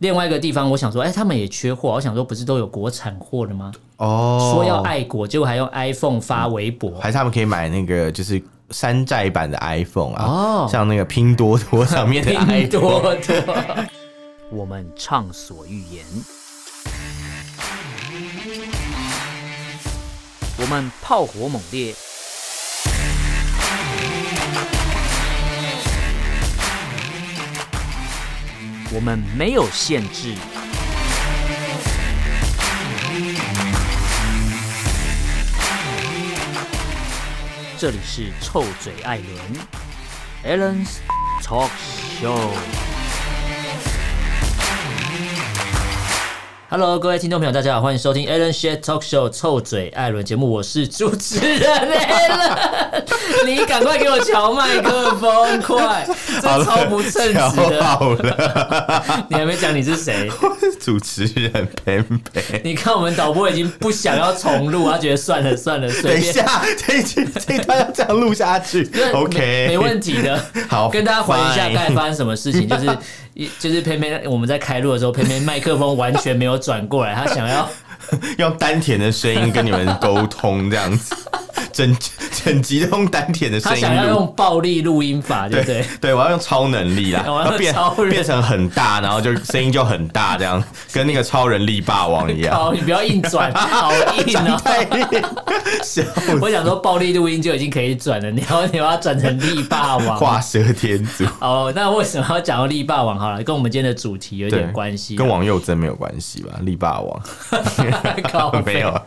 另外一个地方，我想说，哎、他们也缺货，我想说，不是都有国产货了吗？哦，说要爱国，结果还用 iPhone 发微博，还是他们可以买那个就是山寨版的 iPhone 啊，哦像那个拼多多上 面的太 iPhone。多的。我们畅所欲言，我们炮火猛烈，我们没有限制。这里是臭嘴艾伦，Allen's Talk Show。Hello，各位听众朋友，大家好，欢迎收听 Alan s h a t Talk Show 臭嘴艾伦节目，我是主持人 Alan。你赶快给我调麦克风，快！这 好了啊超不称职的。好了，你还没讲你是谁？主持人偏偏。你看我们导播已经不想要重录，他觉得算了算了，等随一便。下，这一句这一段要这样录下 去，OK，没没问题的。 好跟大家回忆一下 fine 该发生什么事情，就是一就是偏偏我们在开录的时候，偏偏麦克风完全没有转过来，他想 要用丹田的声音跟你们沟通，这样 子，整整集都用丹田的他声音想要录。用暴力录音法，对不对？对，我要用超能力啦， 我要用变超人变成很大，然后就声音就很大，这样跟那个超人力霸王一样。好，你不要硬 转，好硬哦。太笑死，我想说，暴力录音就已经可以转了，你要你要转成力霸 王。画蛇添足，哦，那为什么要讲到力霸王？好了，跟我们今天的主题有对点关系啊。跟王佑真没有关系吧？力霸王 靠背 没有，啊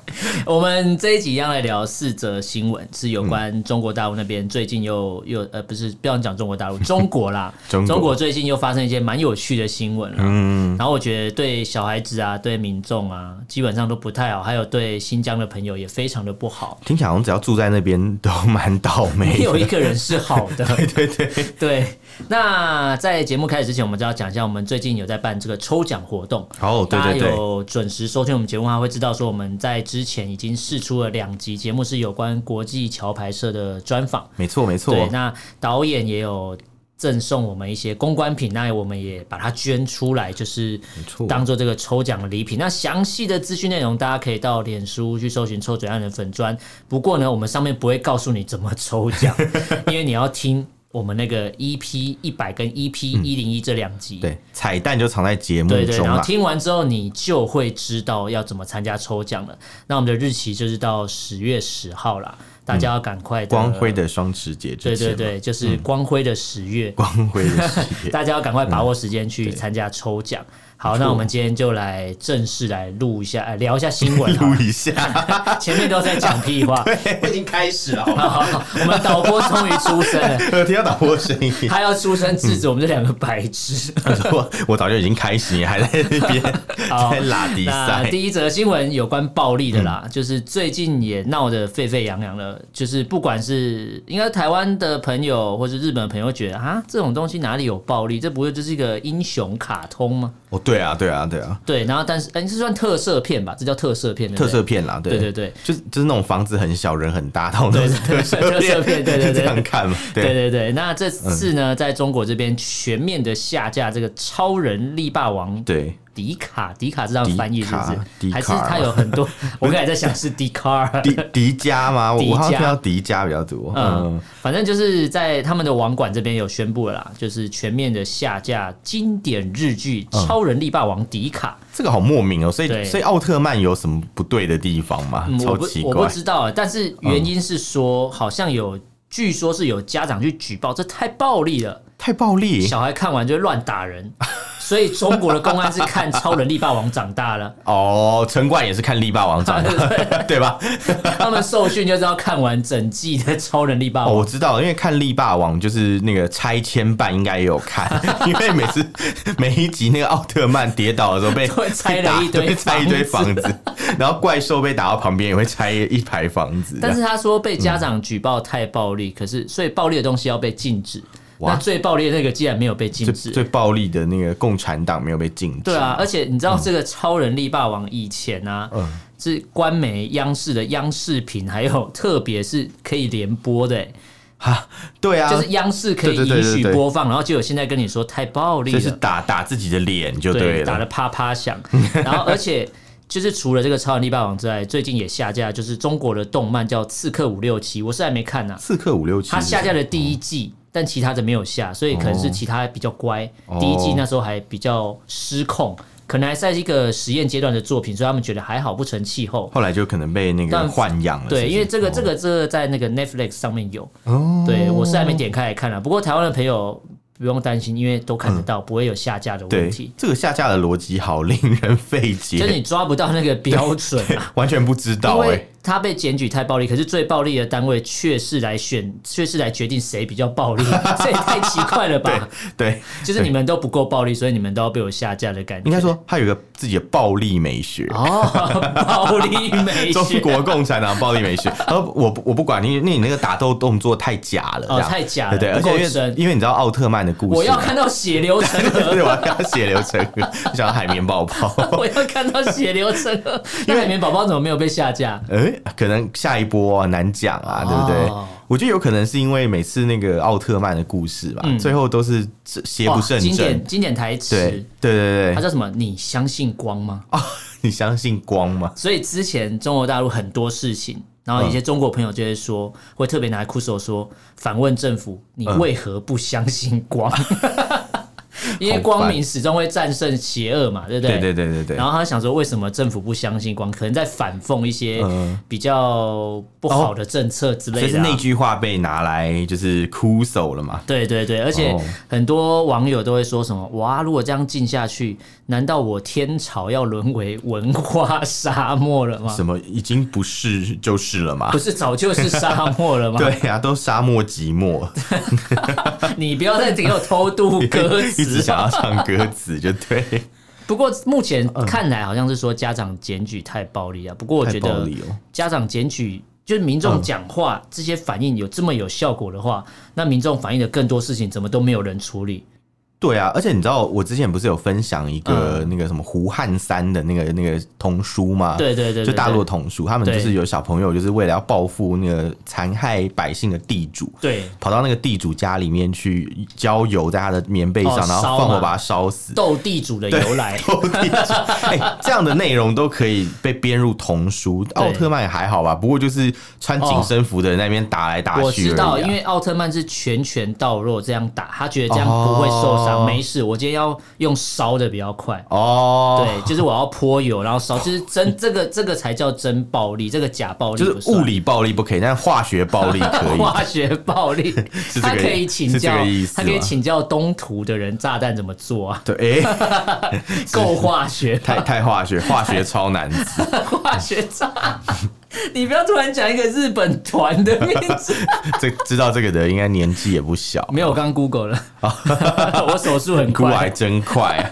我们这一集一样来聊四则新闻，是有关中国大陆那边最近又又呃不是不要讲中国大陆，中国啦，中国最近又发生一些蛮有趣的新闻了。嗯，然后我觉得对小孩子啊，对民众啊，基本上都不太好，还有对新疆的朋友也非常的不好。听起来好像只要住在那边都蛮倒霉 没有一的。个人是好的，对对对， 对。那在节目开始之前，我们就要讲一下，我们最近有在办这个抽奖活动。哦，对对大家对，有准时收听我们节目的话，会知道说我们在之前已经试出了两集节目是有关国际桥牌社的专访。没错没错对，，那导演也有赠送我们一些公关品，那我们也把它捐出来，就是错当做这个抽奖的礼品。那详细的资讯内容，大家可以到脸书去搜寻“抽嘴案的粉砖”。不过呢，我们上面不会告诉你怎么抽 奖，因为你要听我们那个 EP 一百跟 EP 一零一这两集。嗯对，彩蛋就藏在节目对对，中啊然后啦。听完之后，你就会知道要怎么参加抽奖了。那我们的日期就是到十月十号啦，大家要赶快、光辉，的双十节之对前对嘛，对，就是光辉的十月，光辉的十 节，大家要赶快把握时间去参加抽奖。好，那我们今天就来正式来录一下，哎，聊一下新闻好录了。一 下，前面都在讲屁话，我已经开始了，好吗？好好好我们导播终于出声 了，有听到导播 声音。他要出声制止我们这两个白痴。他说我早就已经开始，你还在那边在拉迪那赛。第一则新闻有关暴力的啦，就是最近也闹得沸沸扬扬了，就是不管是应该台湾的朋友或是日本的朋友觉得啊，这种东西哪里有暴力？这不会就是一个英雄卡通吗？哦，对啊，对啊，对啊，对，然后但是哎，这算特色片吧？这叫特色片，对不特对色片啦，对对对对，就是就是那种房子很小，人很大，那种都是特色对特色片对对对就 这样看嘛，对对。对对，那这次呢，在中国这边全面的下架这个超人力霸王对，迪卡，迪卡是这样迪翻译是不卡是？迪还是卡它有很 多？我刚才在想是迪卡，迪迪迦吗？我迪迦我好像听到迪迦比较多。嗯嗯，，反正就是在他们的网馆这边有宣布了啦，就是全面的下架经典日剧嗯《超人力霸王迪卡》这个好莫名哦，所以对所以奥特曼有什么不对的地方吗嗯？我超不奇我不怪，嗯知道啊，但是原因是说、好像有，据说是有家长去举报，这太暴力了，太暴力小孩看完就乱打人，所以中国的公安是看《超人力霸王》长大了，哦。陈冠也是看力霸王 长大， 对吧？他们受训就是要看完整季的《超人力霸哦，王》我知道，因为看力霸王就是那个拆迁办应该也有看， 因为每次每一集那个奥特曼跌倒的时候被 都会拆了一堆被打对拆一堆房房子， 然后怪兽被打到旁边也会拆一排房子。但是他说被家长举报太暴力，可是所以暴力的东西要被禁止。哇那最暴力的那个既然没有被禁最止，最暴力的那个共产党没有被禁止，对啊，而且你知道嗯这个超人力霸王以前啊，是官媒央视的央视频，还有特别是可以联播的欸、哈，对啊，就是央视可以对对对允对许对播放，然后结果现在跟你说太暴力就是了，打打自己的脸就对，了，打的啪啪响。 然后而且就是除了这个《超能力霸王》之外，最近也下架就是中国的动漫叫《刺客伍六七》，我是还没看呢、刺客五六七，它下架了第一季，但其他的没有下，所以可能是其他比较乖。哦第一季那时候还比较失控，可能还在一个实验阶段的作品，所以他们觉得还好不成气候。后来就可能被那个但豢养了，是对，不是哦因为这个、这个这个在那个 Netflix 上面有，对我是还没点开来看了、不过台湾的朋友不用担心，因为都看得到，不会有下架的问嗯对题。这个下架的逻辑好令人费就是解，你抓不到那个标准啊，完全不知道因哎、为他被检举太暴力，可是最暴力的单位却是来选，却是来决定谁比较暴力， 这也太奇怪了吧？对，就是你们都不够暴力，所以你们都要被我下架的感觉。应该说他有一个自己的暴力美学。哦，暴力美中学国共产党暴力美 学，然后我不我不管你，你那个打斗动作太假了，哦这样太假了对对，不而够且因为真因为你知道奥特曼的故事，我要看到血流成河，对，我要看到血流成河，就想要海绵宝宝， 我要看到血流成河。那海绵宝宝怎么没有被下架？哎、可能下一波啊、难讲啊，对不对？哦我觉得有可能是因为每次那个奥特曼的故事吧，最后都是这邪不胜嗯经正典。经典台对词，对对它对，叫什么？你相信光吗？哦， 你相信光吗？所以之前中国大陆很多事情，然后一些中国朋友就会说，会特别拿酷手说反问政府，你为何不相信 光？因为光明始终会战胜邪恶嘛，对不对？对对对对对。然后他想说，为什么政府不相信光？可能在反讽一些嗯哦比较不好的政策之所类以是的、啊。那句话被拿来就是哭手了嘛？对对对，而且哦很多网友都会说什么：“哇，如果这样进下去，难道我天朝要沦为文化沙漠了吗？什么已经不是就是了嘛啊不？是早就是沙漠了吗？ 对呀、都沙漠寂寞，你不要再给我偷渡歌一直词想啊。要唱歌词，就对。不过目前看来好像是说家长检举太暴力了。啊不过 我觉太暴得力哦嗯家长检举。就是民众讲话、这些反应有这么有效果的话，那民众反映的更多事情怎么都没有人处理？对啊，而且你知道我之前不是有分享一嗯个那个什么胡汉三的那个那个童书吗？对对对对就大对陆的童书，他们就对是有小朋友就是为了要报复那个残害百姓的地主，对，跑到那个地主家里面去浇油在他的棉被上，哦然后烧放火嘛把他烧死。斗地主的由来，斗地主，哎、这样的内容都可以被编入童书。奥特曼也还好吧，不过就是穿紧身服的人在那边打来 打去而已啊、我知道，因为奥特曼是拳拳到肉这样打，他觉得这样不会受伤，哦没事。我今天要用烧的比较快，哦，对，就是我要泼油，然后 烧，就是真这个这个才叫真暴力，这个假暴力就不是算物理暴力不可以，但化学暴 力可以。化学暴力， 是这个他可以请教是这个意，思他可以吗请教东图的人炸弹怎么做啊？对，哎、够化 学，太太化学，化学超难 记。化学炸。你不要突然讲一个日本团的名 字，这知道这个的应该年纪也不小，没有，我刚 Google 了，我手速很估 快。还真 快、啊。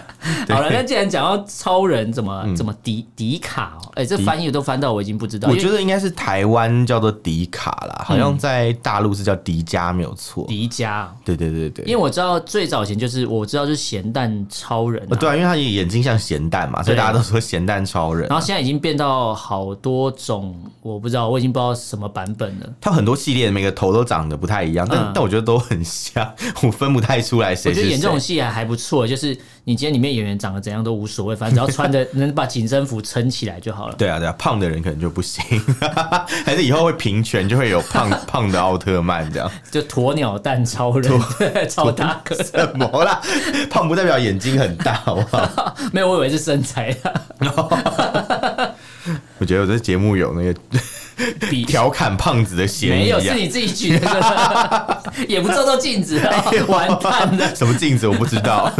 好了，那既然讲到超人怎么怎么迪迪卡哦，哎，这翻译都翻到我已经不知道，嗯我因为觉得应该是台湾叫做迪卡啦，好像在大陆是叫迪迦，没有错。嗯迪迦哦，对对对对，因为我知道最早以前就是我知道就是咸蛋超人啊哦，对啊，因为他眼睛像咸蛋嘛，所以对大家都说咸蛋超人然。后现在已经变到好多种，我不知道，我已经不知道什么版本了。他很多系列每个头都长得不太一样，但、嗯但我觉得都很像， 我分不太出来我谁觉是得演这种谁。戏还还不错，就是你今天里面演员长得怎样都无所谓，反正只要穿 的能把紧身服撑起来就好了。对啊，对啊，胖的人可能就不行， 还是以后会平权，就会有胖 胖的奥特曼这样。 就鸵鸟蛋超人，对 超大个，怎么啦？胖不代表眼睛很大，好不好？ 没有，我以为是身材啊啦，我觉得我这节目有那个 比调侃胖子的嫌没疑有啊。 是你自己举的，也不照照镜子啊，哎完蛋了。 什么镜子我不知道。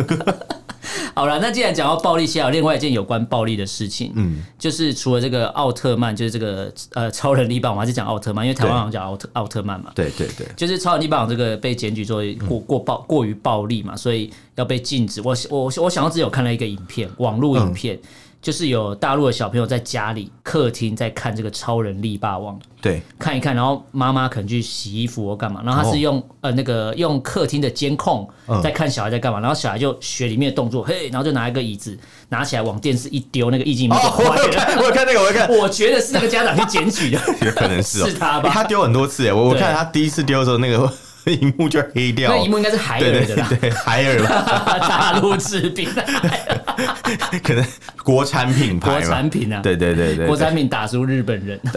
好了，那既然讲到暴力，还有另外一件有关暴力的事情，嗯，就是除了这个奥特曼，就是这个呃超人力霸王，我还是讲奥特曼，因为台湾对好像讲奥特奥特曼嘛，对对对，就是超人力霸王这个被检举说过过暴过嗯于暴力嘛，所以要被禁止。我我我想到之前有看了一个影片，网络影片，就是有大陆的小朋友在家里客厅在看这个《超人力霸王》，对，看一看，然后妈妈可能去洗衣服或干嘛，然后他哦是用、呃那个用客厅的监控嗯在看小孩在干嘛，然后小孩就学里面的动作，嘿，然后就拿一个椅子拿起来往电视一丢，那个液晶屏就哦，坏我有了。看，我有看那个，我有 看，我觉得是那个家长去检 举的，有可能是哦是他吧欸他丢很多次哎，我我对看他第一次丢的时候，那个 荧幕就黑掉那了一。幕应该是海对尔的对啦，对，对海尔吧 大陆制 品， 可能国产品牌国嘛，产品啊，对对对对，国产品打输日本人。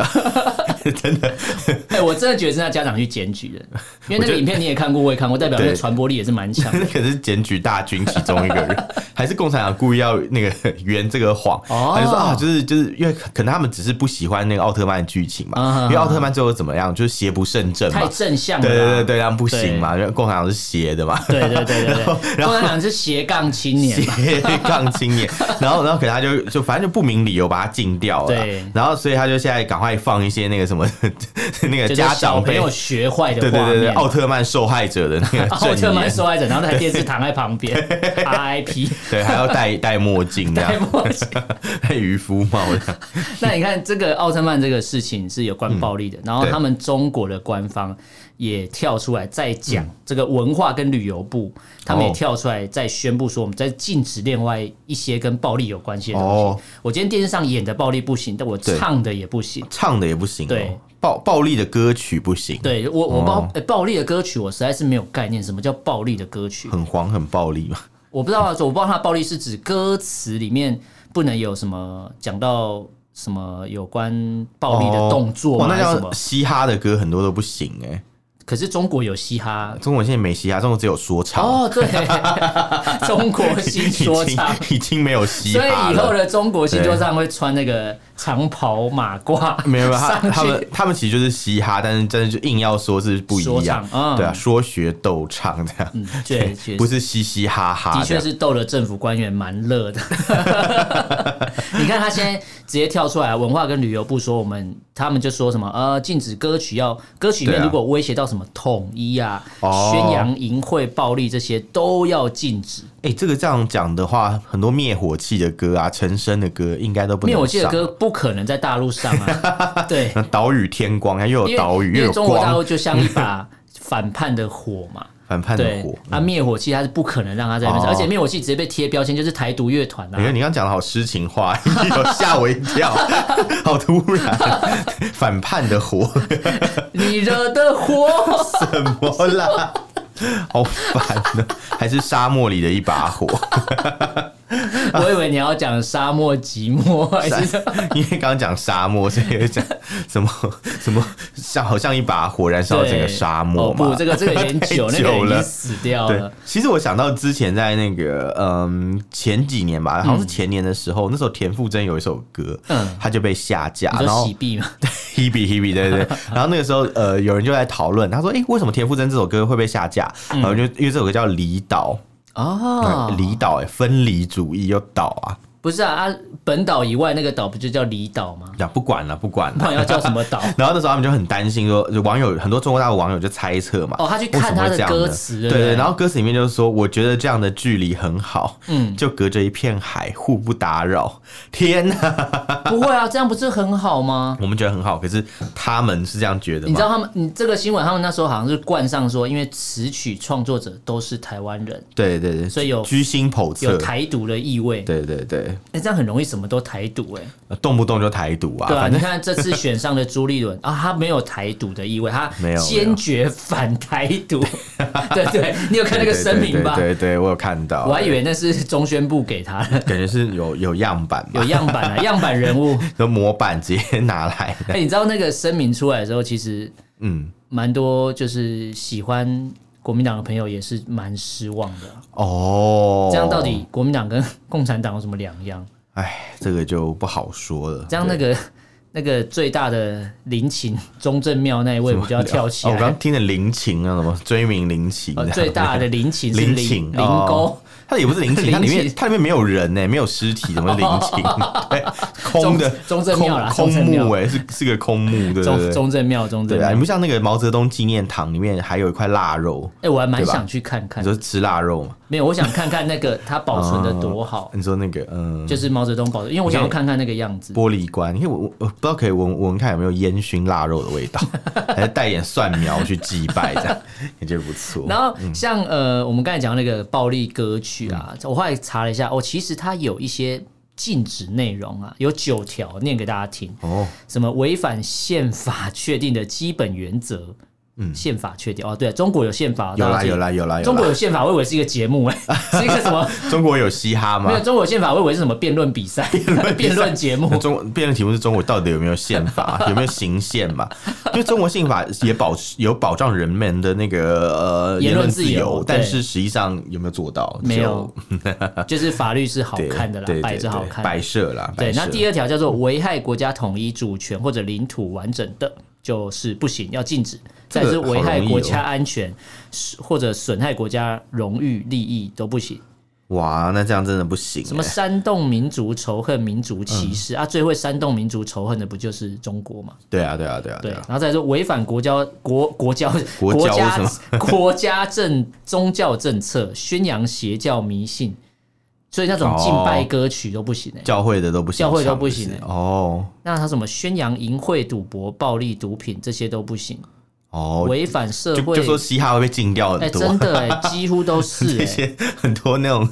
对 真的哎、我真的觉得是那家长去检举的，因为那我觉个得影片你也看过，我也看过，代表那个对传播力也是蛮强的。那可是检举大军其中一个人，还是共产党故意要那个圆这个谎？哦他就说啊，就是就是因为可能他们只是不喜欢那个奥特曼的剧情嗯嘛，因为奥特曼最后怎么样，就是邪不胜正嘛太。正向了对对对啦，对，他们不行嘛，因为共产党是邪的嘛。对对对对对 然后然后共产党是斜杠青年 嘛，斜杠 青年，然后然后可能他就就反正就不明理由把他禁掉了啦对，然后所以他就现在赶快放一些那个什么 那个就是家小长朋被友学坏的对对画对对面。奥特曼受害者的那个 奥特证曼言，受害者，然后那台电视躺在旁 边，RIP 对，还要戴戴墨镜 这戴样，墨镜。 戴渔夫帽这样， 那你看这个奥特曼这个事情是有关暴力嗯的，然后他们中国的官方也跳出来再讲这个文化跟旅游部，他们也嗯哦跳出来再宣布说，我们在禁止另外一些跟暴力有关系的东西。哦我今天电视上演的暴力不行，但我对唱的也不行。唱的也不行、对哦，暴暴力的歌曲不行，，对我，我哦暴、呃暴力的歌曲，我实在是没有概念，什么叫暴力的歌曲？很黄很暴力嘛，我不知道啊，我不知道它的暴力是指歌词里面不能有什么讲到什么有关 暴力的动作哦哇，吗？那还是什么叫？嘻哈的歌很多都不行哎、可是中国有嘻哈中国现在没嘻哈，中国只有说唱， 哦，对， 中国新说唱。已经已经没有嘻所以哈以后了。的中国新说唱会穿那个长袍马褂，没有，没有他上去他们他们其实就是嘻哈，但是但是就硬要说是不一说样唱，嗯对啊，说学逗唱这样，对，确不实是嘻嘻哈哈的这确样，是逗了政府官员蛮乐 的。你看他现在直接跳出来，文化跟旅游部说我们，他们就说什么呃，禁止歌曲要歌曲里面对啊如果威胁到什么统一啊、哦宣扬淫秽、暴力这些都要禁止。哎、这个这样讲的话，很多灭火器的歌啊，陈升的歌应该都不能灭火器的上，歌不可能在大陆上 啊，对，那岛屿天光，又因有为岛屿因又为有中国大光陆，就像一把反叛的火嘛， 反叛的对火。，嗯啊，灭火器它是不可能让它在那边，哦哎而且灭火器直接被贴标签就是台独乐团你看，啊。你刚刚讲的好诗情画意 哦，吓我一跳， 好突然，反叛的火 你惹的 祸，什么啦？好烦呢、还是沙漠里的一把 火？我以为你要讲沙漠寂寞，还 是因为刚刚讲沙漠，所以讲什么什么像好像一把火燃烧了整个沙漠哦嘛。不，这个这个有点久， 太那久个已了经死掉对了。，其实我想到之前在那个嗯前几年吧，好像是前年的时候，那时候田馥甄有一首歌，嗯嗯，他就被下架，你啊然说后洗 币嘛， Hebe Hebe 对 对对，然后那个时候呃有人就在讨论，他说诶，为什么田馥甄这首歌会被下架？然后就因为这首歌叫离岛，嗯哦，离岛哎，分离主义又岛啊，不是啊，啊，本岛以外那个岛不就叫离岛吗？那不管了不管不了。然要叫什 么岛？然后那时候他们就很担心说，就网友很多中国大陆网友就猜测嘛，哦他去看为什么会他的这样呢歌词对对不对然后歌词里面就是说，我觉得这样的距离很好，嗯，就隔着一片海，互不打扰。天哪，不会啊，这样不是很好吗？我们觉得很好，可是他们是这样觉得你知吗？道他们，你这个新闻，他们那时候好像是冠上说，因为词曲创作者都是台湾人，对对对，所以有居心叵有测，台独的意味，对对对，那、这样很容易什么都台独哎、呃动不动就台独啊，对啊，反你正看这次选上的朱立伦 啊，他没有台独的意味，他没有坚决反台 独，对对，你有看那个声明吧？对对对对对我有看到，我还以为那是中宣部给他 的，感觉是有有样板有嘛，样板啊，样板人 物。有模板直接拿来的，哎、你知道那个声明出来的时候，其实嗯，蛮多就是喜欢国民党的朋友也是蛮失望的。哦，这样到底国民党跟共产党有什么两样？哎，这个就不好说了。这样那个 那个最大的陵寝中正庙那一位不就要跳起哦我刚来？哦刚听的林琴啊，什么追名林琴、 呃，最大的陵寝是陵陵寝陵沟，哦，它也不是 陵寝，它里陵面寝它里面没有人呢、没有尸体，怎么是陵寝？ 对，空的中中正庙啦空中正空庙墓哎、是是个空墓，对不中对？中正庙，中正对庙啊，。你不像那个毛泽东纪念堂里面还有一块腊肉，哎、我还蛮对吧想去看看你，说吃腊肉嘛？没有，我想看看那 个它保存的多好，你说那个嗯，就是毛泽东保存，因为我想要我想看看那个样子。玻璃棺，因为我我我不知道可以闻闻看有没有烟熏腊肉的 味道，还是带点蒜苗去祭拜，这样也觉得不嗯错。然后像呃，我们刚才讲那个暴力歌曲啊，嗯我后来查了一下，哦，其实它有一些禁止内容啊，有九条，念给大家听。哦，什么违反宪法确定的基本原则？嗯，宪法确定哦，对，中国有宪法，有大家啦记得有啦有啦有中国啦有，宪法，我以为是一个节 目哎、是一个什么？中国有嘻哈吗没有，？中国有宪法，我以为是什么辩论比赛、辩论节目 那。中辩论题目是中国到底有没有宪法， 有没有行宪嘛？因为中国宪法也保有保障人们的那个呃言论论自由对但是实际上有没有做到？没就有， 就是法律是好对看的啦对，摆对着对好看。摆设啦。对，摆那设第二条叫做危害国家统一、主权或者领土完整的，就是不行，要禁止。再来是这个好危害容易国哦家安全，是或者损害国家荣誉利益都不行。哇，那这样真的不行欸。什么煽动民族仇恨、民族歧嗯视、啊？最会煽动民族仇恨的不就是中国嘛？对啊？对啊，对啊，对，对啊。然后再来说违反国交国国交国交家 为国家政宗教政策，宣扬邪教迷信，所以那种敬拜歌曲都不行哎、教会的都不行，教会都唱不是行欸哦那他什么宣扬淫秽、赌博、暴力、毒品这些都不行，哦，违反社就会就说嘻哈会被禁掉哎、很多真， 的哎、几乎都是这哎、些很多那种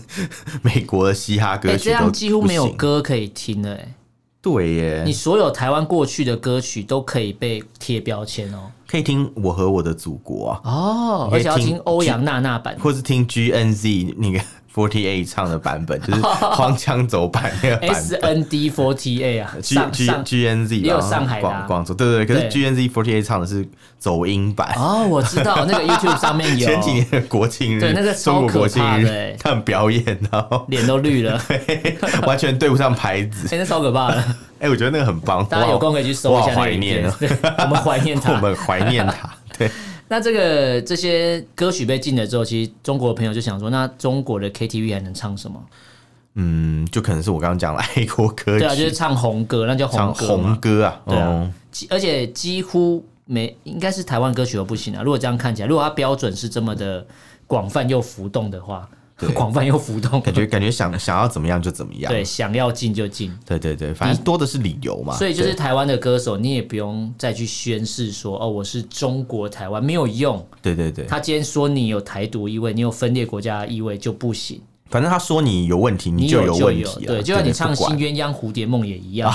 美国的嘻哈哎、歌这曲都样几乎不没有行嗯歌可以听了哎、对耶，你所有台湾过去的歌曲都可以被贴标签哦。可以听《我和我的祖国》啊，哦，你可而以且要听听欧阳娜娜版。或是听 GNZ 那个 Forty Eight 唱的版 本，就是荒腔走板那个版 S 本。 N D forty A 啊， G 哎上 G 上 GNZ 也有吧上海的啊广广州，对对对，可是对 GNZ Forty Eight 唱的是走音版。哦，我知道 那个 YouTube 上面有，前几年的国庆日，对那个超中国国庆可怕 日的欸他们表演，然 后脸都绿 了，哎、完全对不上牌子。那超可怕的。哎、我觉得那个很棒，大家有空可以去搜一我好下那个怀影念片 哦，对 我们怀念我他。们怀念他。对，那这个这些歌曲被禁了之后，其实中国的朋友就想说，那中国的 KTV 还能唱什么？嗯，就可能是我刚刚讲的爱国歌曲，对啊，就是唱红歌，那叫唱红歌红嘛。歌啊，对啊哦几而且几乎没，应该是台湾歌曲都不行啊。如果这样看起来，如果它标准是这么的广泛又浮动的话， 广泛又浮动，感觉 感觉想想要怎么样就怎么样，对，想要进就进。对对对，反正多的是理由嘛。所以就是对台湾的歌手，你也不用再去宣誓说哦，我是中国台湾，没有用。对对对，他今天说你有台独意味，你有分裂国家的意味就不行，反正他说你有问题，你你就有问有。题啊。对，就像你唱《不新 管啊鸳鸯蝴蝶梦》也一样，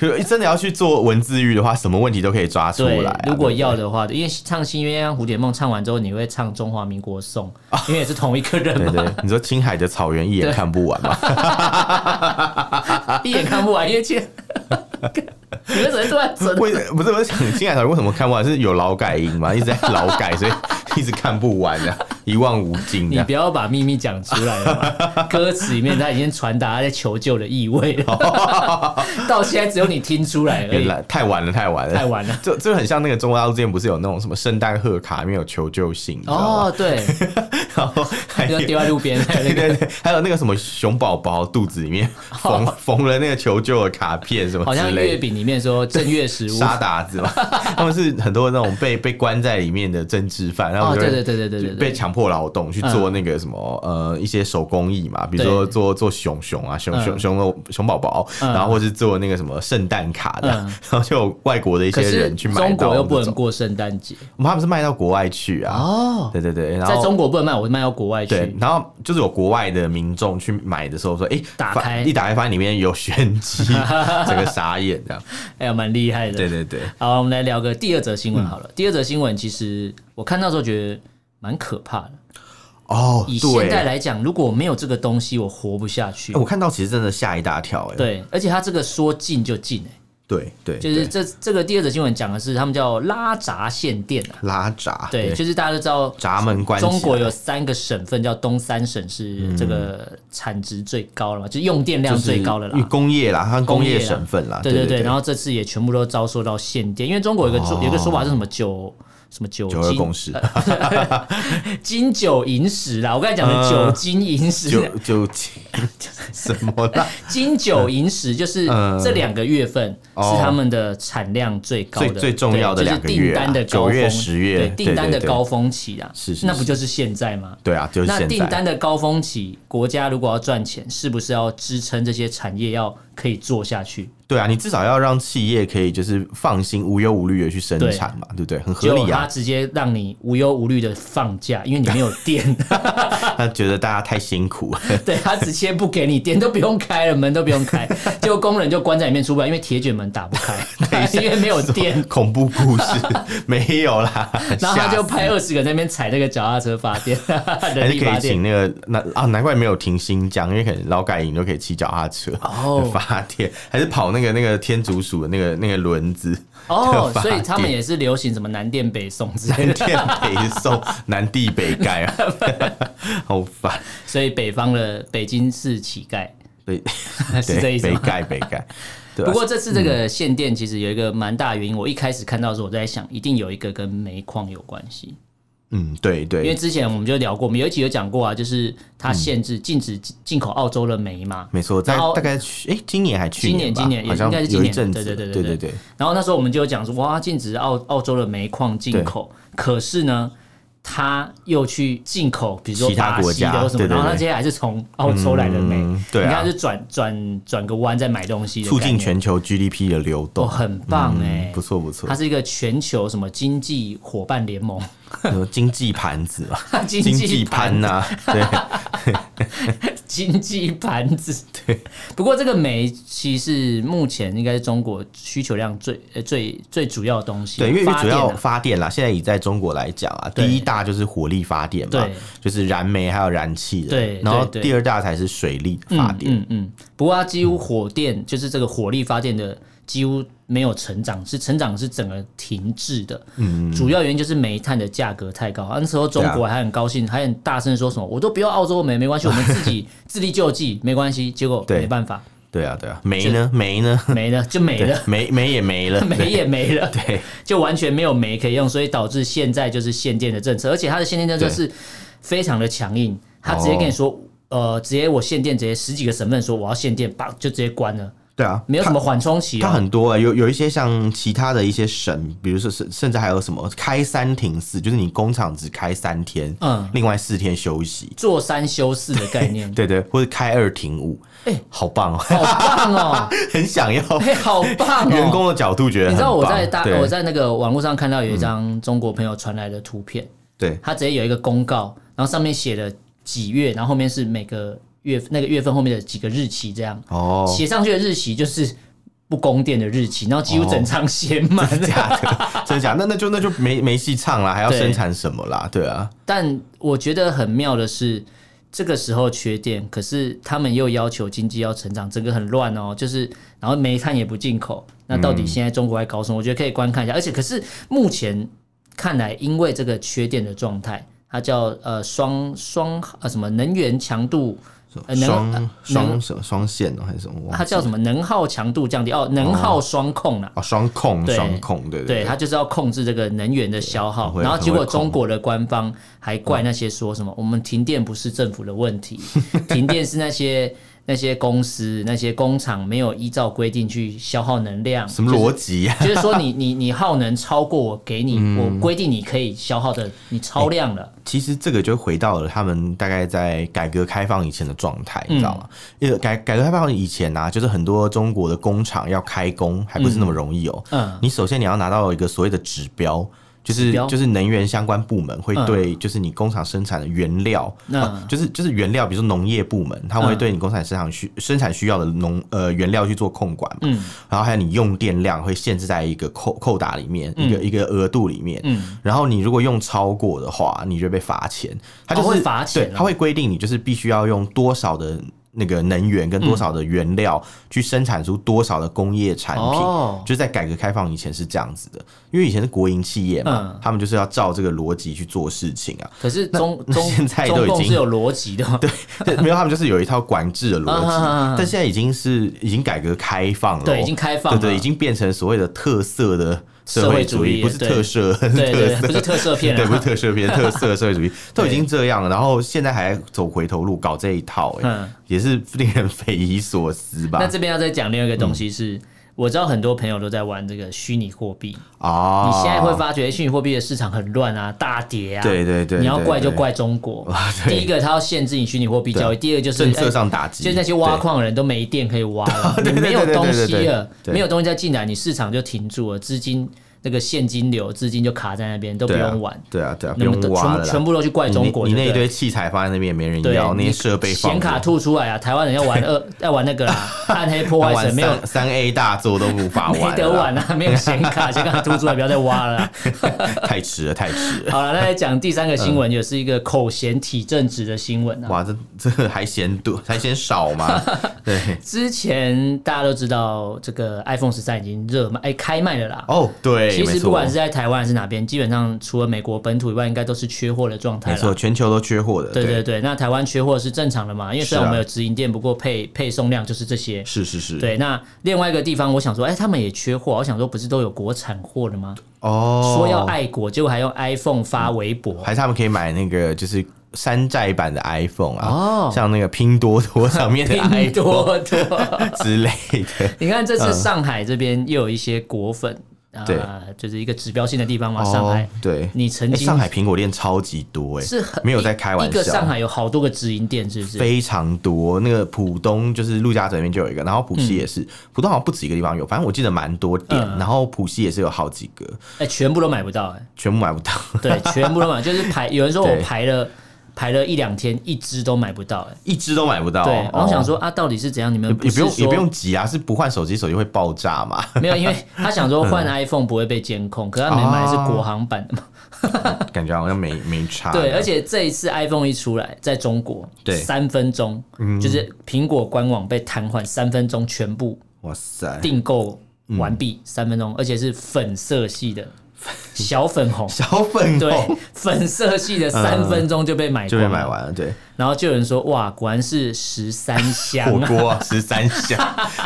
就真的要去做文字狱的话，什么问题都可以抓出对来啊。。如果对要的话，因为唱《新鸳鸯蝴蝶梦》唱完之后，你会唱《中华民国颂》，啊因为也是同一个人对嘛， 对，你说青海的草原一眼看不完嘛？ 一眼看不完，因为 其实你为什么突然整 为不是我在想青海草原为什么看不完？是有劳改营嘛？一直在劳改，所以 一直看不完啊，一望无尽啊你的不。要把秘密讲出来了嘛！歌词里面他已经传达他在求救的意味 了，到现在只有你听出来而原已。来太晚了，太晚了，太晚 了。这这很像那个中国大陆之前不是有那种什么圣诞贺卡，里面有求救信，你知道吗哦，对， 然后还有就丢在路 边还有那个。对对对，还有那个什么熊宝宝肚子里面缝缝了那个求救的卡片什么哦好像之月类的。饼里面说正月十五，沙达子嘛， 他们是很多那种被被关在里面的政治犯，然后哦，就对对对对对就对被对，强迫劳动去做那个什么、呃一些手工艺嘛，比如说对做做熊熊啊熊嗯熊熊的熊宝宝，嗯然后或是做那个什么圣诞卡的，嗯 然后就有外国的一 可些是人去买中到国又不这能种，过圣诞节他们是卖到国外去啊，哦，对对对，然后在中国不能卖，我卖到国外对去，。然后就是有国外的民众去买的时候说，哎、打发开一打开发现里面有玄 机，整个傻眼这样。哎呀，蛮厉害的。对对嗯对，好，我们来聊个第二则新闻好了。第二则新闻其实我看到时候觉得蛮可怕的。哦，以现对，在哎来讲，如果没有这个东西，我活不下去。我看到其实真的吓一大跳、哎，对，而且他这个说禁就禁、欸，对对，就是哎对这这个第二则新闻讲的是他们叫拉闸限电啊，拉闸，对，就是大家都知道。闸门关起啊来。嗯中国有三个省份，叫东三省是这个产值最高了嘛，就用电量就是最高的啦。工业啦，它工工业业啦省份啦，对对对，然后后这次也全部都遭受到限电，因为中国有一个、哦有一个说法是什么九什么酒九二精共识，金九银十啦，我刚才讲的嗯酒精银啊十、九九七 什么 啦？ 金九银十就是嗯这两个月份哦是他们的产量最高的、最最重要的对两个月就啊是订单的高峰，九月十月对对订单的对对高峰期啊，是是那不是就是现在吗？对啊，就是那现订在。单的高峰期，国家如果要赚钱，是不是要支撑这些产业要可以做下去？对啊，你至少要让企业可以就是放心、无忧无虑的去生产嘛，对不对？很合就理他啊。直接让你无忧无虑的放假，因为你没有 电，他觉得大家太辛苦，对他直接不给你电，都不用开了，门都不用 开，结果工人就关在里面出不来，因为铁卷门打不开， 因为没有电。 恐怖 故事没有啦。然后他吓就死派二十个在那边踩那个脚踏车发电， 还人是力可发以电请。那个那啊，难怪没有停新疆，因为可能劳改营都可以骑脚踏车 哦发电，还是跑那个那个天竺鼠的那个那个轮 子，哦，发所以他们电也是流行什么南电北送之类南 的，电北送，南地北盖 啊，好烦。所以北方的北京是乞丐，对， 是这意对，思北吗？盖北盖。对不啊过这次这个限电其实有一个蛮大的原因，我一开始看到的时候，我在想一定有一个跟煤矿有关系，嗯，对因为对，嗯之前我们就聊过，我们有一集有讲过啊，就是它限制禁止进口澳洲的煤嘛。没错，在然后大概去哎，今年还去今年年吧今年也好像应该是今有一年阵对子，对对对对对对对，然后那时候我们就有讲说，哇，禁止澳澳洲的煤矿进口，可是呢，它又去进口，比如说其他巴国西的家或什么，对对然后它对这些还是从澳洲来的煤，嗯对啊你看它就转转转个弯再买东西的概促念，进全球 GDP 的流哦，动，很棒哎、嗯，不错不 错它，是一个全球什么经济伙伴联盟， 呃经济盘子啊嘛，经经济济盘盘呐，对，经济盘子。对，不过这个煤其实目前应该是中国需求量最呃最最主要的东 西，对，因为发主电啊要发电啦，现在以在中国来讲啊，对第一大就是火力发电嘛对，就是燃煤还有燃气的，对然后对对第二大才是水力发电，嗯嗯嗯，不过它几乎火电、就是这个火力发电的几乎没有成长，是成长是整个停滞的。嗯，主要原因就是煤炭的价格太高。啊那时候中国对还很高兴，还很大声地说什么我都不要澳洲煤，没关系，我们自己 自力救济，没关系。结果对没办法，对啊对啊，煤呢煤呢，没了就没对了， 煤煤也没了，煤也 没了。对对就完全没有煤可以用，所以导致现在就是限电的政策，而且它的限电政策对是非常的强硬，他直接跟你说，哦呃，直接我限电，直接十几个省份说我要限电，叭就直接关了，对啊，没有什么缓冲期它啊、很多啊、有有一些像其他的一些省，比如说甚甚至还有什么开三停四，就是你工厂只开三天，嗯嗯，另外四天休息，做三休四的概念， 对对，或者开二停五，哎、哎好棒哦， 好棒哦，很 想要哎、好棒哦，员工的角度觉得你知很棒，道我在大对我在那个网络上看到有一张中国朋友传来的图片，对他直接有一个公告，然后上面写了几月，然后后面是每个月那个月份后面的几个日期这样，哦，写上去的日期就是不供电的日期，然后几乎整张写满真了。假的，真假？那那就那就没没戏唱啦，还要对生产什么啦？对啊，但我觉得很妙的是，这个时候缺电，可是他们又要求经济要成长，整个很乱哦。就是然后煤炭也不进口，那到底现在中国在搞什么？我觉得可以观看一下。而且可是目前看来，因为这个缺电的状态，它叫呃双双呃什么能源强度。呃能双能双什么双线哦，还是什么？它叫什么？能耗强度降低哦，能耗双控啊啦。哦，双控对双控，对对，对，它就是要控制这个能源的消很耗。会然后结果很会控中国的官方还怪那些说什么、我们停电不是政府的问题， 停电是那些那些公司、那些工厂没有依照规定去消耗能量。什么逻辑啊呀？就是？就是说你你你耗能超过我给你，嗯我规定你可以消耗的，你超量了。其实这个就回到了他们大概在改革开放以前的状态，嗯你知道吗？因为改改革开放以前啊，就是很多中国的工厂要开工，还不是那么容易哦。嗯你首先你要拿到一个所谓的指标。就指是标就是能源相关部门会嗯对就是你工厂生产的原料，嗯啊就是就是原料，比如说农业部门，它会嗯对你工厂生产需生产需要的农呃原料去做控管嘛，嗯然后还有你用电量会限制在一个扣扣打里面，一个一个额度里面，嗯，然后你如果用超过的话，你就被罚钱。他就是、哦会罚钱哦对，他会规定你就是必须要用多少的那个能源跟多少的原料去生产出多少的工业产品。哦就是在改革开放以前是这样子的，因为以前是国营企业嘛，嗯他们就是要照这个逻辑去做事情啊。 可是中那中现在都中已经共是有逻辑的嘛？对对没有，他们就是有一套管制的逻啊哈哈哈辑，但现在已经是已经改革开放了哦，对已经开放了对对，已经变成所谓的特色的社会主义不是对特色， 对对， 特色不是特色片对，不是啊，特色 片，特色社会主义都已经这样了，然后现在还走回头路搞这一套、哎、嗯也是令人匪夷所思吧那？这边要再讲另外一个东西嗯是，我知道很多朋友都在玩这个虚拟货币，啊，你现在会发觉虚拟货币的市场很乱啊，大跌啊，对对对你要对怪就对怪中 国啊。对第一个，它要限制你虚拟货币交易；第二个就是政策哎上打击，就是那些挖对矿的人都没电可以挖了，对你没有对对对东对西对对了，对没有东西再进来，你市场就停住了，资金那个现金流、资金就卡在那边，都不对啊用玩，对啊对啊，不那么用都挖全部了啦，全部都去怪中国你就对你了，那一堆器材放在那边也没人对要，那你些设备放显卡着吐出来啊，台湾人要玩二 要玩那个啦，暗黑破那坏玩神没有三三 A 大作都无法玩了 啦，没得玩啊，没有显卡，显卡吐出来不要再挖了啦。太迟了，太迟了。 好了，那来讲第三个新嗯闻，也是一个口嫌体正直的新闻啊。哇，这这个还嫌多，还嫌少 吗？对，之前大家都知道，这个 iPhone 十三已经热卖，哎、开卖了啦。哦，对，其没实错不管是在台湾还是哪边，基本上除了美国本土以外，应该都是缺货的状态没错，啦。全球都缺货的，对对对，那台湾缺货是正常的嘛？因为虽然是啊我们有直营店，不过配配送量就是这些。是是是，对，那另外一个地方，我想说，哎、他们也缺货。我想说，不是都有国产货了吗？哦，说要爱国，结果还用 iPhone 发微博，还是他们可以买那个就是山寨版的 iPhone 啊，哦像那个拼多多上面 的拼 iPhone 多多。之类的。 你看这次上海这边又有一些果粉啊、嗯对就是一个指标性的地方嘛。上海哦，对，你曾诶经上海苹果店超级多哎、是很没有在开玩一笑，个上海有好多个直营店，是不是？非常多。那个浦东就是陆家嘴那边就有一个，然后浦西也是，浦东好像不止一个地方有，反正我记得蛮多店，嗯然后浦西也是有好几个，哎、全部都买不到、哎，全部买 不到。 对，全部都买，就是排。有人说我对排了排了一两天，一只都买不到、哎。一只都买不到，对，然后我想说、哦啊，到底是怎样？你们也也不用是说也不用急啊，是不换手机，手机会爆炸 嘛？没有，因为 他想说换嗯 iPhone 不会被监控，可是他哦没买的是国行版的嘛。感觉好像没没差。对，而且这一次 iPhone 一出来，在中国，啊对嗯三分钟，就是苹果官网被瘫痪，三分钟全部哇塞，订购完嗯毕，三分钟，而且是粉色系的小粉 红。小粉对红，嗯粉色系的三分钟就被买就光被了买，完了，对，然后就有人说哇，果然是十三香火啊，锅啊，十 三香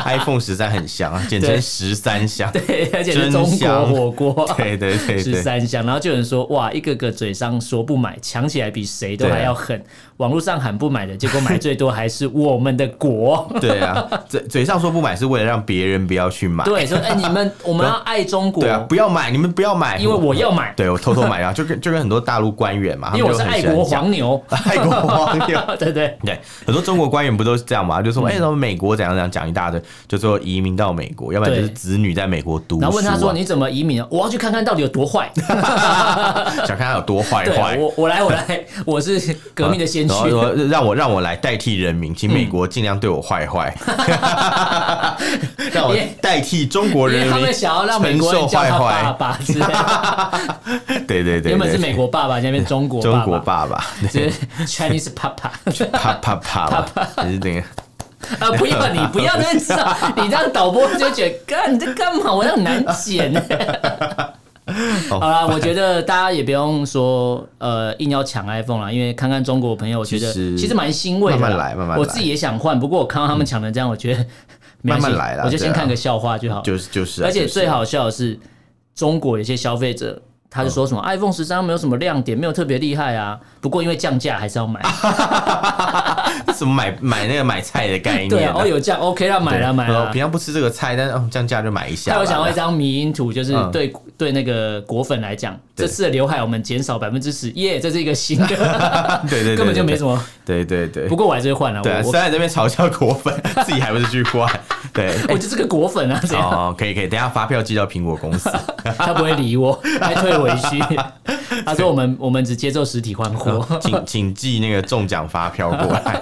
，iPhone 十三很香啊，简对称十三 香，对，而且是真中国香火锅啊，对对对十对，三香，然后就有人说哇，一个个嘴上说不买，抢起来比谁都还要狠。网络上喊不买的，结果买最多还是我们的 国。对啊，嘴嘴上说不买是为了让别人不要去买，对，说哎、你们我们要爱中国，对啊，不要买，你们不要买，因为我要买，对我偷偷买啊， 就跟就跟很多大陆官员嘛，他因为们我就是很爱喜欢国讲哎黄牛，爱国黄 牛。对不对。 对，很多中国官员不都是这样嘛？嗯就说哎，什么美国怎样怎样讲一大堆，就说移民到美国，要不然就是对子女在美国读书啊。然后问他 说你怎么移民啊？我要去看看到底有多坏。想看他有多坏对啊坏，啊我我来我来，我是革命的先驱嗯然。后说 让我让我来代替人民，请美国尽量对我坏 坏，让我代替中国 因为人他民们想要让美承国人受叫坏他爸爸坏。之类 的，对对对，原本是对美国爸爸，现在变中国中爸国爸，爸爸，就是 Chinese Papa。 啪啪啪 嘛，就是那个。啊，不要你不要再知道，你这样导播就觉得，干你在干嘛？我这很难剪 呢。好啦，我觉得大家也不用说呃硬要抢 iPhone 啦，因为看看中国朋友，我觉得其实其实蛮欣慰的啦。慢慢来慢慢来我自己也想换，不过我看到他们抢成这样，我觉得没关系慢慢来啦我就对先啊看个笑话就好了。就是就是啊，而且就是最好笑的是，中国有些消费者。他就说嗯什么 iPhone 十三没有什么亮点，没有特别厉害啊。不过因为降价还是要买，啊什么买买那个买菜的概念、对啊，哦有降 OK 啦，买对了买呃了。平常不吃这个菜，但是哦降价就买一下他吧。有想到一张迷因图，就是嗯对、对那个果粉来讲，对这次的刘海我们减少百分之十，耶，这是一个新的，对 对对，根本就没什么。么。对对对不，过我还是会换了、对啊，我虽我然这边嘲笑果粉， 自己还不是去换。对，我就是个果粉啊，这样、哦，可以可以，等一下发票寄到苹果公司。 他不会理 我，还退回去。他说我们我们只接受实体换货。请请寄那个中奖发票 过来。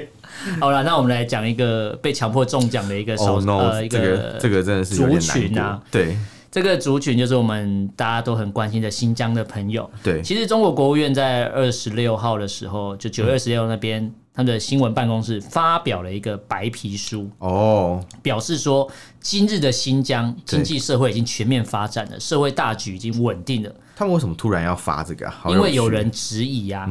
好了，那我们来讲一个被强迫中奖的一个手、嗯 oh no，、呃一这个这个真的是有族点难群过。啊对这个族群就是我们大家都很关心的新疆的朋友。对其实中国国务院在二十六号的时候，就嗯九月二十六那边，他们的新闻办公室发表了一个白皮书，哦，表示说，今日的新疆对经济社会已经全面发展了，社会大局已经稳定了，他们为什么突然要发这个啊？好因为趣嗯有人质疑啊，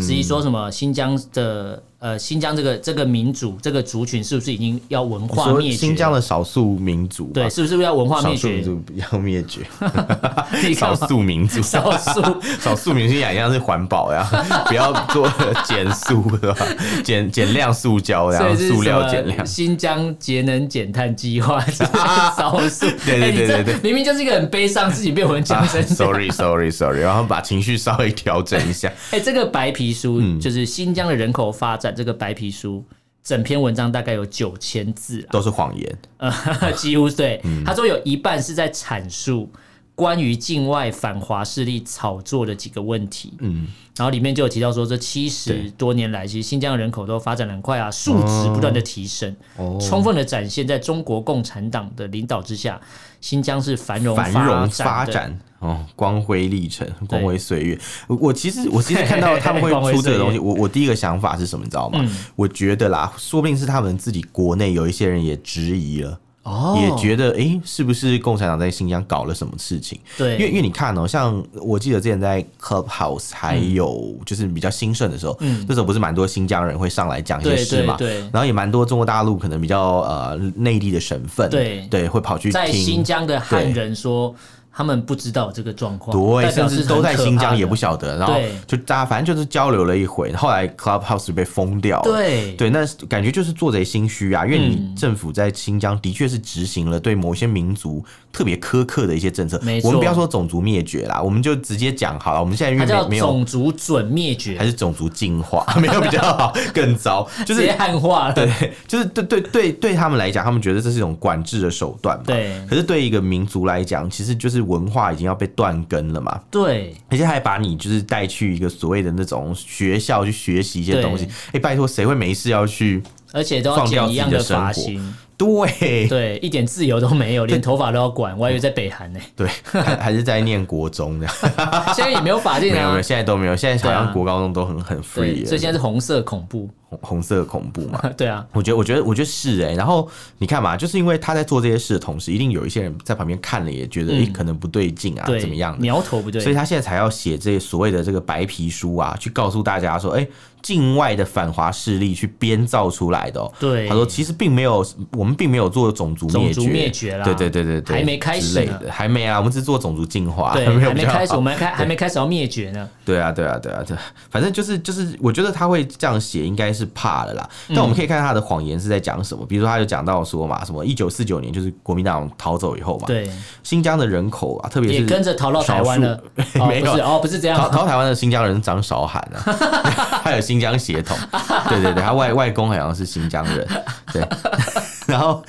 质疑说什么新疆的呃新疆这个这个民族这个族群是不是已经要文化说灭绝？新疆的少数民族嘛，对，是不是要文化少灭数民绝？族要灭绝， 你干少嘛数民族，少数少数民族养一样是环 保呀，不要做减速对吧？减减量塑胶呀，所以是塑什料减量啊么。新疆节能减碳计 划少数，对对哎你对这对对明明就是一个很悲伤，自己被我们讲啊成这样。 sorry sorry sorry，然后把情绪稍微调整 一下。哎、这个白皮书、嗯就是新疆的人口发展，这个白皮书整篇文章大概有九千字啊，都是谎言，呃， 几乎对。嗯他说有一半是在阐述关于境外反华势力炒作的几个问题。嗯，然后里面就有提到说，这七十对多年来，其实新疆的人口都发展得很快啊，数值不断的提升，哦充分的展现在中国共产党的领导之下，新疆是繁荣繁荣发的展哦，光辉历程，光辉岁月。我我其实我其实 看到他们会光辉出这个东岁月嗯西，我我第一个想法是什么，你知道吗？我觉得啦，说不定是他们自己国内有一些人也质疑了。哦也觉得诶，是不是共产党在新疆搞了什么事情？因为因对，嗯为你看哦、像我记得之前在 Clubhouse 还有就是比较兴盛的时候，那时候不是蛮多新疆人会上来讲一些对嗯事对嘛，对。然后也蛮多中国大陆可能比较呃内地的省份，对对，会跑去在新听。疆的汉人说，他们不知道这个状况，对，代甚表至是都在很可新疆怕也的不晓得，然后对就大家反正就是交流了一回，后来 Clubhouse 被封掉了。对对，那感觉就是做贼心虚啊，因为你嗯政府在新疆的确是执行了对某些民族特别苛刻的一些政策。没错我们不要说种族灭绝啦，我们就直接讲好了。我们现在因它叫为没没有种族准灭还绝，是种族进化， 没有比较好，更糟，就直 是接汉化了。对，就是对对对对他们来讲，他们觉得这是一种管制的手段嘛。对可是对一个民族来讲，其实就是文化已经要被断根了嘛。对而且还把你就是带去一个所谓的那种学校去学习一些东西，哎、拜托，谁会没事要去？而且都要放掉剪一样自己的生发活型，对对，一点自由都没有，连头发都要管。我还以为在北韩呢，对，还 还是在念国中的，现在也没有法令没有没啊有，。现在都没有，现在好对像啊国高中都很很 free，对，了所以现在是红色恐怖。红红色恐怖嘛。对啊，我觉得，我觉得，我觉得是哎、然后你看嘛，就是因为他在做这些事的同时，一定有一些人在旁边看了，也觉得哎、诶可能不对劲啊，嗯对，怎么样的？苗头不对所以，他现在才要写这所谓的这个白皮书啊，去告诉大家说，哎、境外的反华势力去编造出来的、哦。对他说其实并没有，我们并没有做种族灭绝，种族灭绝啦对对对对对，还没开始之类呢的，还没啊，我们只是做种族进化，对， 没有还比没较开始，好我们还开还没开始要灭绝呢。对啊，对啊，对啊，对啊，反正就是就是，我觉得他会这样写，应该是怕了啦。嗯但我们可以看他的谎言是在讲什么，比如说他就讲到说嘛，什么一九四九年就是国民党逃走以后嘛，对，新疆的人口啊，特别也是跟着逃到台湾了。哦，没有不是哦，不是这样逃。逃台湾的新疆人长韶涵 啊，他有新疆血统，对对对，他外外公好像是新疆人， 对，然后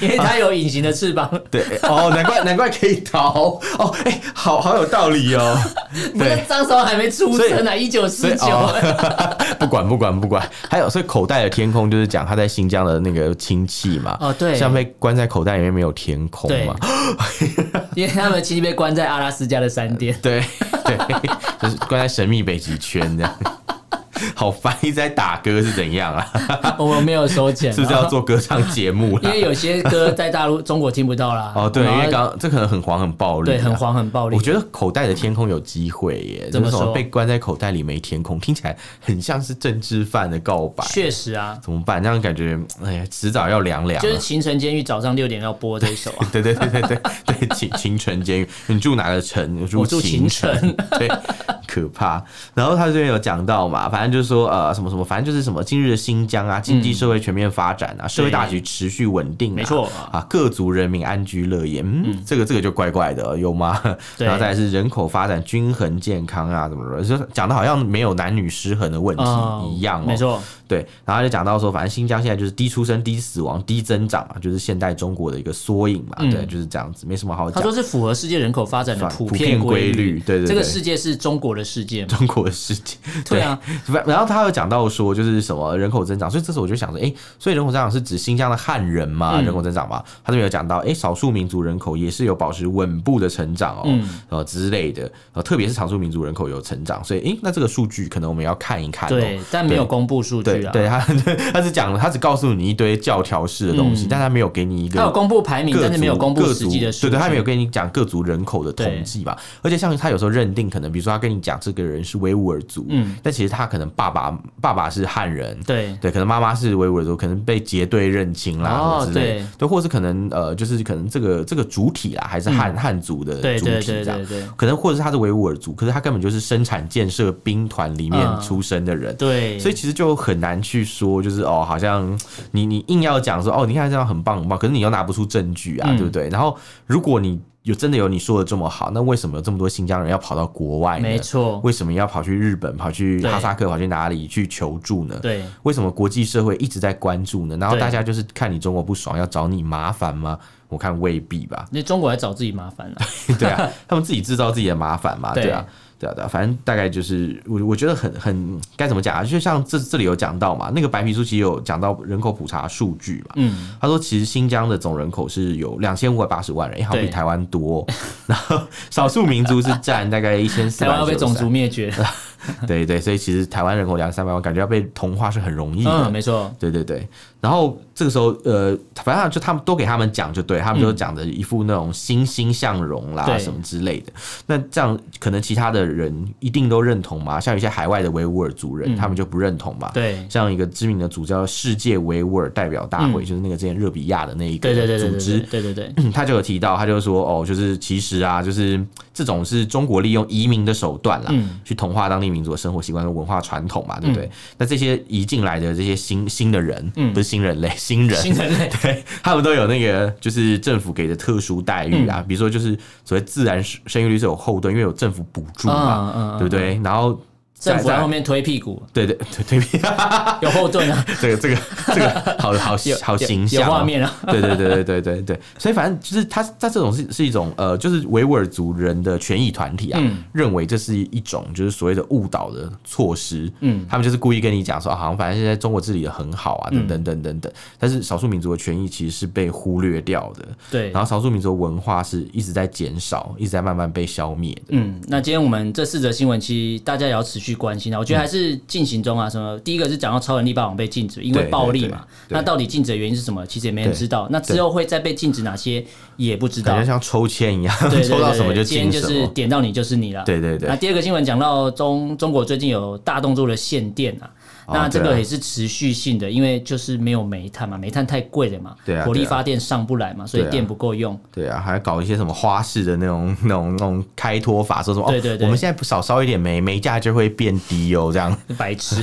因为它有隐形的翅膀，对哦，难怪难怪可以逃哦，哎、好好有道理哦， 不是张韶涵还没出所以生啊，一九四九，哦、 不管不管不管，还有所以口袋的天空就是讲他在新疆的那个亲戚嘛，哦对像被关在口袋里面没有天空对嘛，因为他们其实被关在阿拉斯加的山巅。对 对，就是关在神秘北极圈这样。 好烦，一直在打歌是怎样啊？ 我们没有收钱啊，是不是要做歌唱节 目因了？为有些歌在大陆、中国听不到啦。 哦，对，因然后为刚刚这可能很黄很暴力，啊对很。黄很暴力。我觉得口袋的天空有机会耶，怎么就是什说被关在口袋里没天空，听起来很像是政治犯的告白，确实啊， 怎么办？这样感觉，哎呀，迟早要凉凉啊。就是《秦城监狱》早上六点要播这一首 啊。对对对对对对，秦秦城监狱，你住哪个城？我我住住秦秦城城，对，可怕。然后他这边有讲到嘛，反正就是说呃什么什么，反正就是什么今日的新疆啊，经济社会全面发展啊，社会大局持续稳定、啊，嗯没错啊，各族人民安居乐业，嗯，这个这个就怪怪的，有吗？ 对然后再来是人口发展均衡健康啊，怎么怎么，就是讲的好像没有男女失衡的 问题啊一样、哦，没错，对，然后他就讲到说，反正新疆现在就是低出生、低死亡、低增长嘛，就是现代中国的一个缩影嘛，对，就是这样子，没什么好嗯他讲说。是符合世界人口发展的反遍普遍规律。律对对对这个世界是中国的的世界嘛。中国的世界，对啊， 反然后他有讲到说，就是什么人口增长，所以这时候我就想说，哎、所以人口增长是指新疆的汉人嘛，嗯人口增长嘛？他这边有讲到，哎、少数民族人口也是有保持稳步的成长哦，嗯呃之类的，呃，特别是少数民族人口有成长，所以，哎、那这个数据可能我们要看一看、哦，对，但没有公布数对据啊。对，他 他只讲了，他只告诉你一堆教条式的东西，嗯但他没有给你一个他有公布排名，各但是没有族公布各实际族的数据。对对，他没有跟你讲各族人口的统计嘛。而且像他有时候认定，可能比如说他跟你讲这个人是维吾尔族，嗯，但其实他可能爸爸爸爸是汉人。对对，可能妈妈是维吾尔族，可能被结对认亲啦，哦什么之类对的，对，或是可能呃，就是可能这个这个主体啦，还是汉、汉族的嗯对主体对这对样对，对可能或者是他是维吾尔族，可是他根本就是生产建设兵团里面嗯出生的人，对，所以其实就很难去说，就是哦，好像你你硬要讲说哦，你看这样很棒很棒，可是你又拿不出证据啊，嗯对不对？然后如果你有真的有你说的这么好，那为什么有这么多新疆人要跑到国外呢？没错，为什么要跑去日本、跑去对哈萨克、跑去哪里去求助呢？对为什么国际社会一直在关注呢？然后对大家就是看你中国不爽要找你麻烦吗？我看未必吧。那中国来找自己麻烦了。对啊，他们自己制造自己的麻烦嘛，对对啊。对啊，对啊，反正大概就是我，我觉得很很该怎么讲啊？就像这这里有讲到嘛，那个白皮书其实有讲到人口普查数据嘛。嗯，他说，其实新疆的总人口是有两千五百八十万人，也好像比对台湾多 哦、然后少数民族 是占大概一千四 台百。湾要被种族灭绝。啊对对，所以其实台湾人口两三百万，感觉要被同化是很容易的。嗯，没错，对对对，然后这个时候，呃，反正就他们都给他们讲就对，他们就讲的一副那种欣欣向荣啦、对什么之类的。那这样可能其他的人一定都认同吗？像有一些海外的维吾尔族人，嗯他们就不认同嘛。对像一个知名的组叫世界维吾尔代表大会，嗯就是那个之前热比亚的那一对对对个对组对织对，对对对，他就有提到，他就说哦，就是其实啊，就是这种是中国利用移民的手段啦，嗯去同化当地民族的生活习惯跟文化传统嘛，对不对？那这些移进来的这些新新的人，嗯不是新人类， 新人。新人类对他们都有那个，就是政府给的特殊待遇啊，比如说就是所谓自然生育率是有后盾，因为有政府补助嘛，嗯嗯嗯对不对？然后政府在在后面推屁股，对对对对，有后盾 啊，这个这个这个好好有好形有象、有哦，画面啊， 对对对对对对对，所以反正就是他他这种是是一种呃，就是维吾尔族人的权益团体啊，嗯认为这是一种就是所谓的误导的措施，嗯他们就是故意跟你讲说，啊好像反正现在中国治理的很好啊，等等等等等，但是少数民族的权益其实是被忽略掉的，对然。后少数民族的文化是一直在减少，一直在慢慢被消灭的，嗯，那今天我们这四则新闻，其实大家也要持续关心啊。嗯我觉得还是进行中啊。什么？第一个是讲到超能力霸王被禁止，因为对暴力对嘛。对对那到底禁止的原因是什么？其实也没人对知道。那之后会再被禁止哪些，也不知道感觉。像抽签一样， 对对对抽到什么就对今天进就什是么，点到你就是你了。对对那对，第二个新闻讲到中中国最近有大动作的限电啊。哦那这个对啊也是持续性的，因为就是没有煤炭嘛，煤炭太贵了嘛，对啊火力对啊发电上不来嘛，所以对啊电不够用。对啊，还搞一些什么花式的那种、 那种、那种开脱法，说什么对对哦，对我们现在不少烧一点煤，煤价就会变低哦，这样 白痴。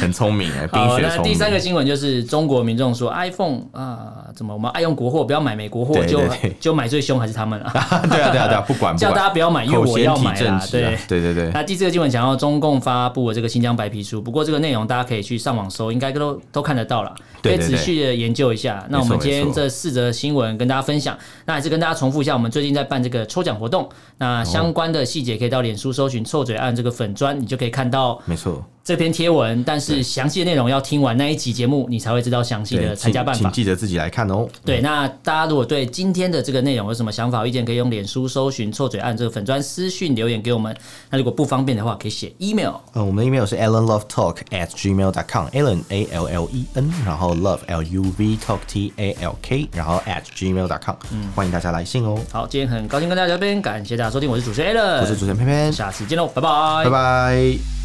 很聪明哎，冰好，雪那聪第明。三个新闻就是中国民众说 iPhone 啊，怎么我们爱用国货，不要买美国货，对就对对就买最凶还是他们啊， 对 啊对啊对啊，不管不叫大管，家不要买，因为口我嫌要体买正啦，直啊对。，对对对，那第四个新闻讲到中共发布的这个新疆白皮书，不过这个内容大家可以去上网搜，应该都都看得到了，可对以对仔对细的研究一下。那我们今天这四则新闻跟大家分享，那还是跟大家重复一下，我们最近在办这个抽奖活动，那相关的细节可以到脸书搜寻“臭嘴案”这个粉砖，你就可以看到没错。这篇贴文，但是详细的内容要听完那一集节目，你才会知道详细对的参加请办请法。记得自己来看哦。对，那大家如果对今天的这个内容有什么想法、意见，可以用脸书搜寻“臭嘴案”这个粉砖私讯留言给我们。那如果不方便的话，可以写 email。呃，我们的 email 是 allenlovetalk at gmail dot com，allen a l l e n，然后 love l u v talk t a l k，然后 at gmail dot com，欢迎嗯大家来信哦。好，今天很高兴跟大家聊天，感谢大家收听，我是主持人 a l 我是主持人偏偏，下次见喽，拜拜拜。拜。